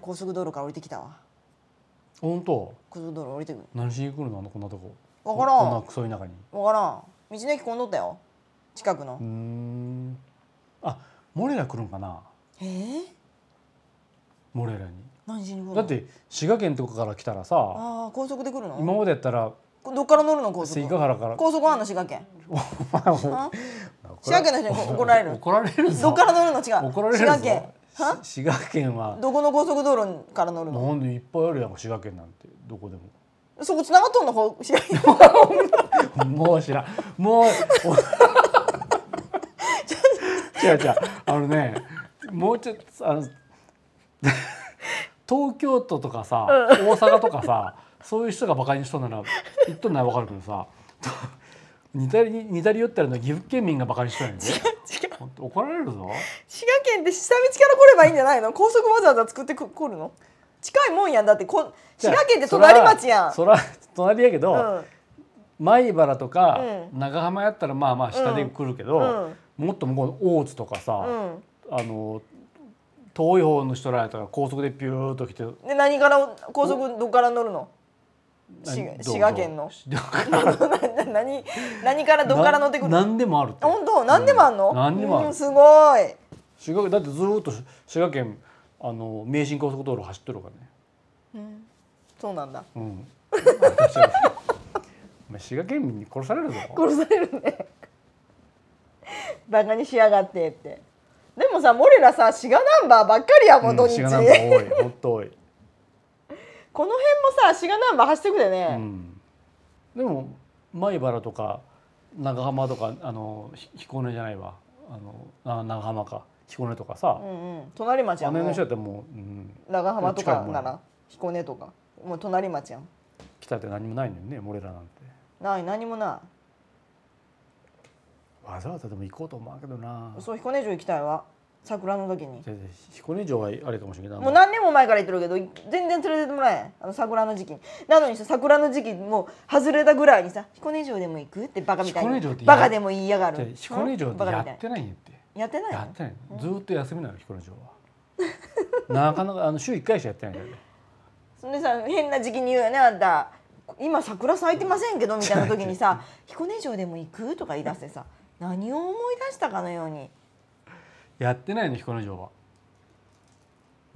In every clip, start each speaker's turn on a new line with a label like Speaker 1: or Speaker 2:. Speaker 1: 高速道路から降りてきたわ
Speaker 2: 本当
Speaker 1: 高速道路降りてくる
Speaker 2: 何しに来るのあのこんなとこ
Speaker 1: わからん
Speaker 2: こんなクソ田舎に
Speaker 1: わからん道の駅混んどったよ近くの
Speaker 2: うーんあモレラ来るんかな
Speaker 1: ええ
Speaker 2: モレラに
Speaker 1: 何時に来るの
Speaker 2: だって滋賀県とかから来たらさ
Speaker 1: ああ高速で来るの
Speaker 2: 今までやったら
Speaker 1: こどっから乗るの高速
Speaker 2: 関ヶ原から
Speaker 1: 高速あんの滋賀県
Speaker 2: お前
Speaker 1: あ滋賀県の人にこ怒られる
Speaker 2: 怒られる
Speaker 1: ど
Speaker 2: ぞ
Speaker 1: っから乗るの違う
Speaker 2: 怒られる
Speaker 1: 滋
Speaker 2: ぞ
Speaker 1: 賀県は
Speaker 2: し滋賀県は
Speaker 1: どこの高速道路から乗るの
Speaker 2: なんでいっぱいあるやんか滋賀県なんてどこでも
Speaker 1: そこ繋がっとんのほ滋賀 県
Speaker 2: もう知らん。もう。違う違う。あのね、もうちょっと、あの。東京都とかさ、大阪とかさ、そういう人が馬鹿にしとんなら、言っとんならわかるけどさ。と似たり、似たり寄ったらの岐阜県民が馬鹿にしとんやんね。
Speaker 1: 違う
Speaker 2: ほんと怒られるぞ。
Speaker 1: 滋賀県って下道から来ればいいんじゃないの高速わざわざ作ってく来るの近いもんやんだってこ滋賀県って隣町やん
Speaker 2: そら、そら隣やけど。
Speaker 1: うん
Speaker 2: 米原とか、
Speaker 1: う
Speaker 2: 長浜やったらまあまあ下で来るけど、
Speaker 1: うん
Speaker 2: もっと向こうの大津とかさ、
Speaker 1: うん
Speaker 2: あの遠い方の人らやったら高速でピューっと来て
Speaker 1: で何から高速どっから乗るのし
Speaker 2: 何どう
Speaker 1: 滋賀県の
Speaker 2: どう
Speaker 1: な 何何からどっから乗ってくるの
Speaker 2: 何でもあるって
Speaker 1: 本当何でもあんの、
Speaker 2: うん何でもある
Speaker 1: うんすごい
Speaker 2: 滋賀県だってずーっとし滋賀県あの名神高速道路走ってるからね
Speaker 1: そうなんだ
Speaker 2: うん 私はお前滋賀県民に殺され るぞ
Speaker 1: 殺されるね バカにしやがってってでもさモレラさ滋賀ナンバーばっかりやも
Speaker 2: うんん
Speaker 1: 土日、
Speaker 2: 滋賀なんか多い本当多い、
Speaker 1: この辺もさ滋賀ナンバー走ってくで
Speaker 2: う
Speaker 1: ね、
Speaker 2: ん、でも米原とか長浜とかあのひ彦根じゃないわあのあ長浜か彦根とかさ
Speaker 1: う、ん、うん隣町
Speaker 2: あ
Speaker 1: や
Speaker 2: の
Speaker 1: も
Speaker 2: 辺の
Speaker 1: ん
Speaker 2: 人やったらもう、うん、
Speaker 1: 長浜とか
Speaker 2: 近い
Speaker 1: な
Speaker 2: もん
Speaker 1: ら彦根とかもう隣町やん
Speaker 2: 北って何もないのにねモレラなんて
Speaker 1: ない何もな
Speaker 2: わざわざでも行こうと思うけどない
Speaker 1: そう彦根城行きたいわ桜の時に
Speaker 2: だって彦根城はあれかもしれない
Speaker 1: もう何年も前から言ってるけど全然連れてってもらえんあの桜の時期になのにさ桜の時期もう外れたぐらいにさ彦根城でも行くってバカみたい
Speaker 2: 彦根
Speaker 1: に
Speaker 2: 城ってや
Speaker 1: バカでも言いやが
Speaker 2: だっ
Speaker 1: る
Speaker 2: て彦根城
Speaker 1: ん
Speaker 2: って
Speaker 1: バカ
Speaker 2: や
Speaker 1: みたい
Speaker 2: ってないんやって
Speaker 1: やってないの
Speaker 2: やってないのずーっと休みなの彦根 城はなかなかあの週1回しかやってないんだよね
Speaker 1: そんでさ変な時期に言うよねあんた今桜咲いてませんけどみたいな時に さ彦根城でも行くとか言い出してさ何を思い出したかのように
Speaker 2: やってないの彦根城は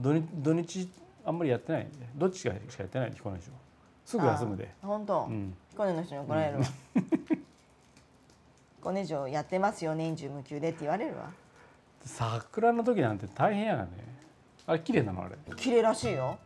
Speaker 2: 土日土日あんまりやってないんでどっちかしかやってないの彦根城すぐ休むで
Speaker 1: あ本当、
Speaker 2: うん
Speaker 1: 彦根の人に怒られるわ 彦根城やってますよ年中無休でって言われるわ
Speaker 2: 桜の時なんて大変やがねあれ綺麗なのあれ
Speaker 1: 綺麗らしいよ、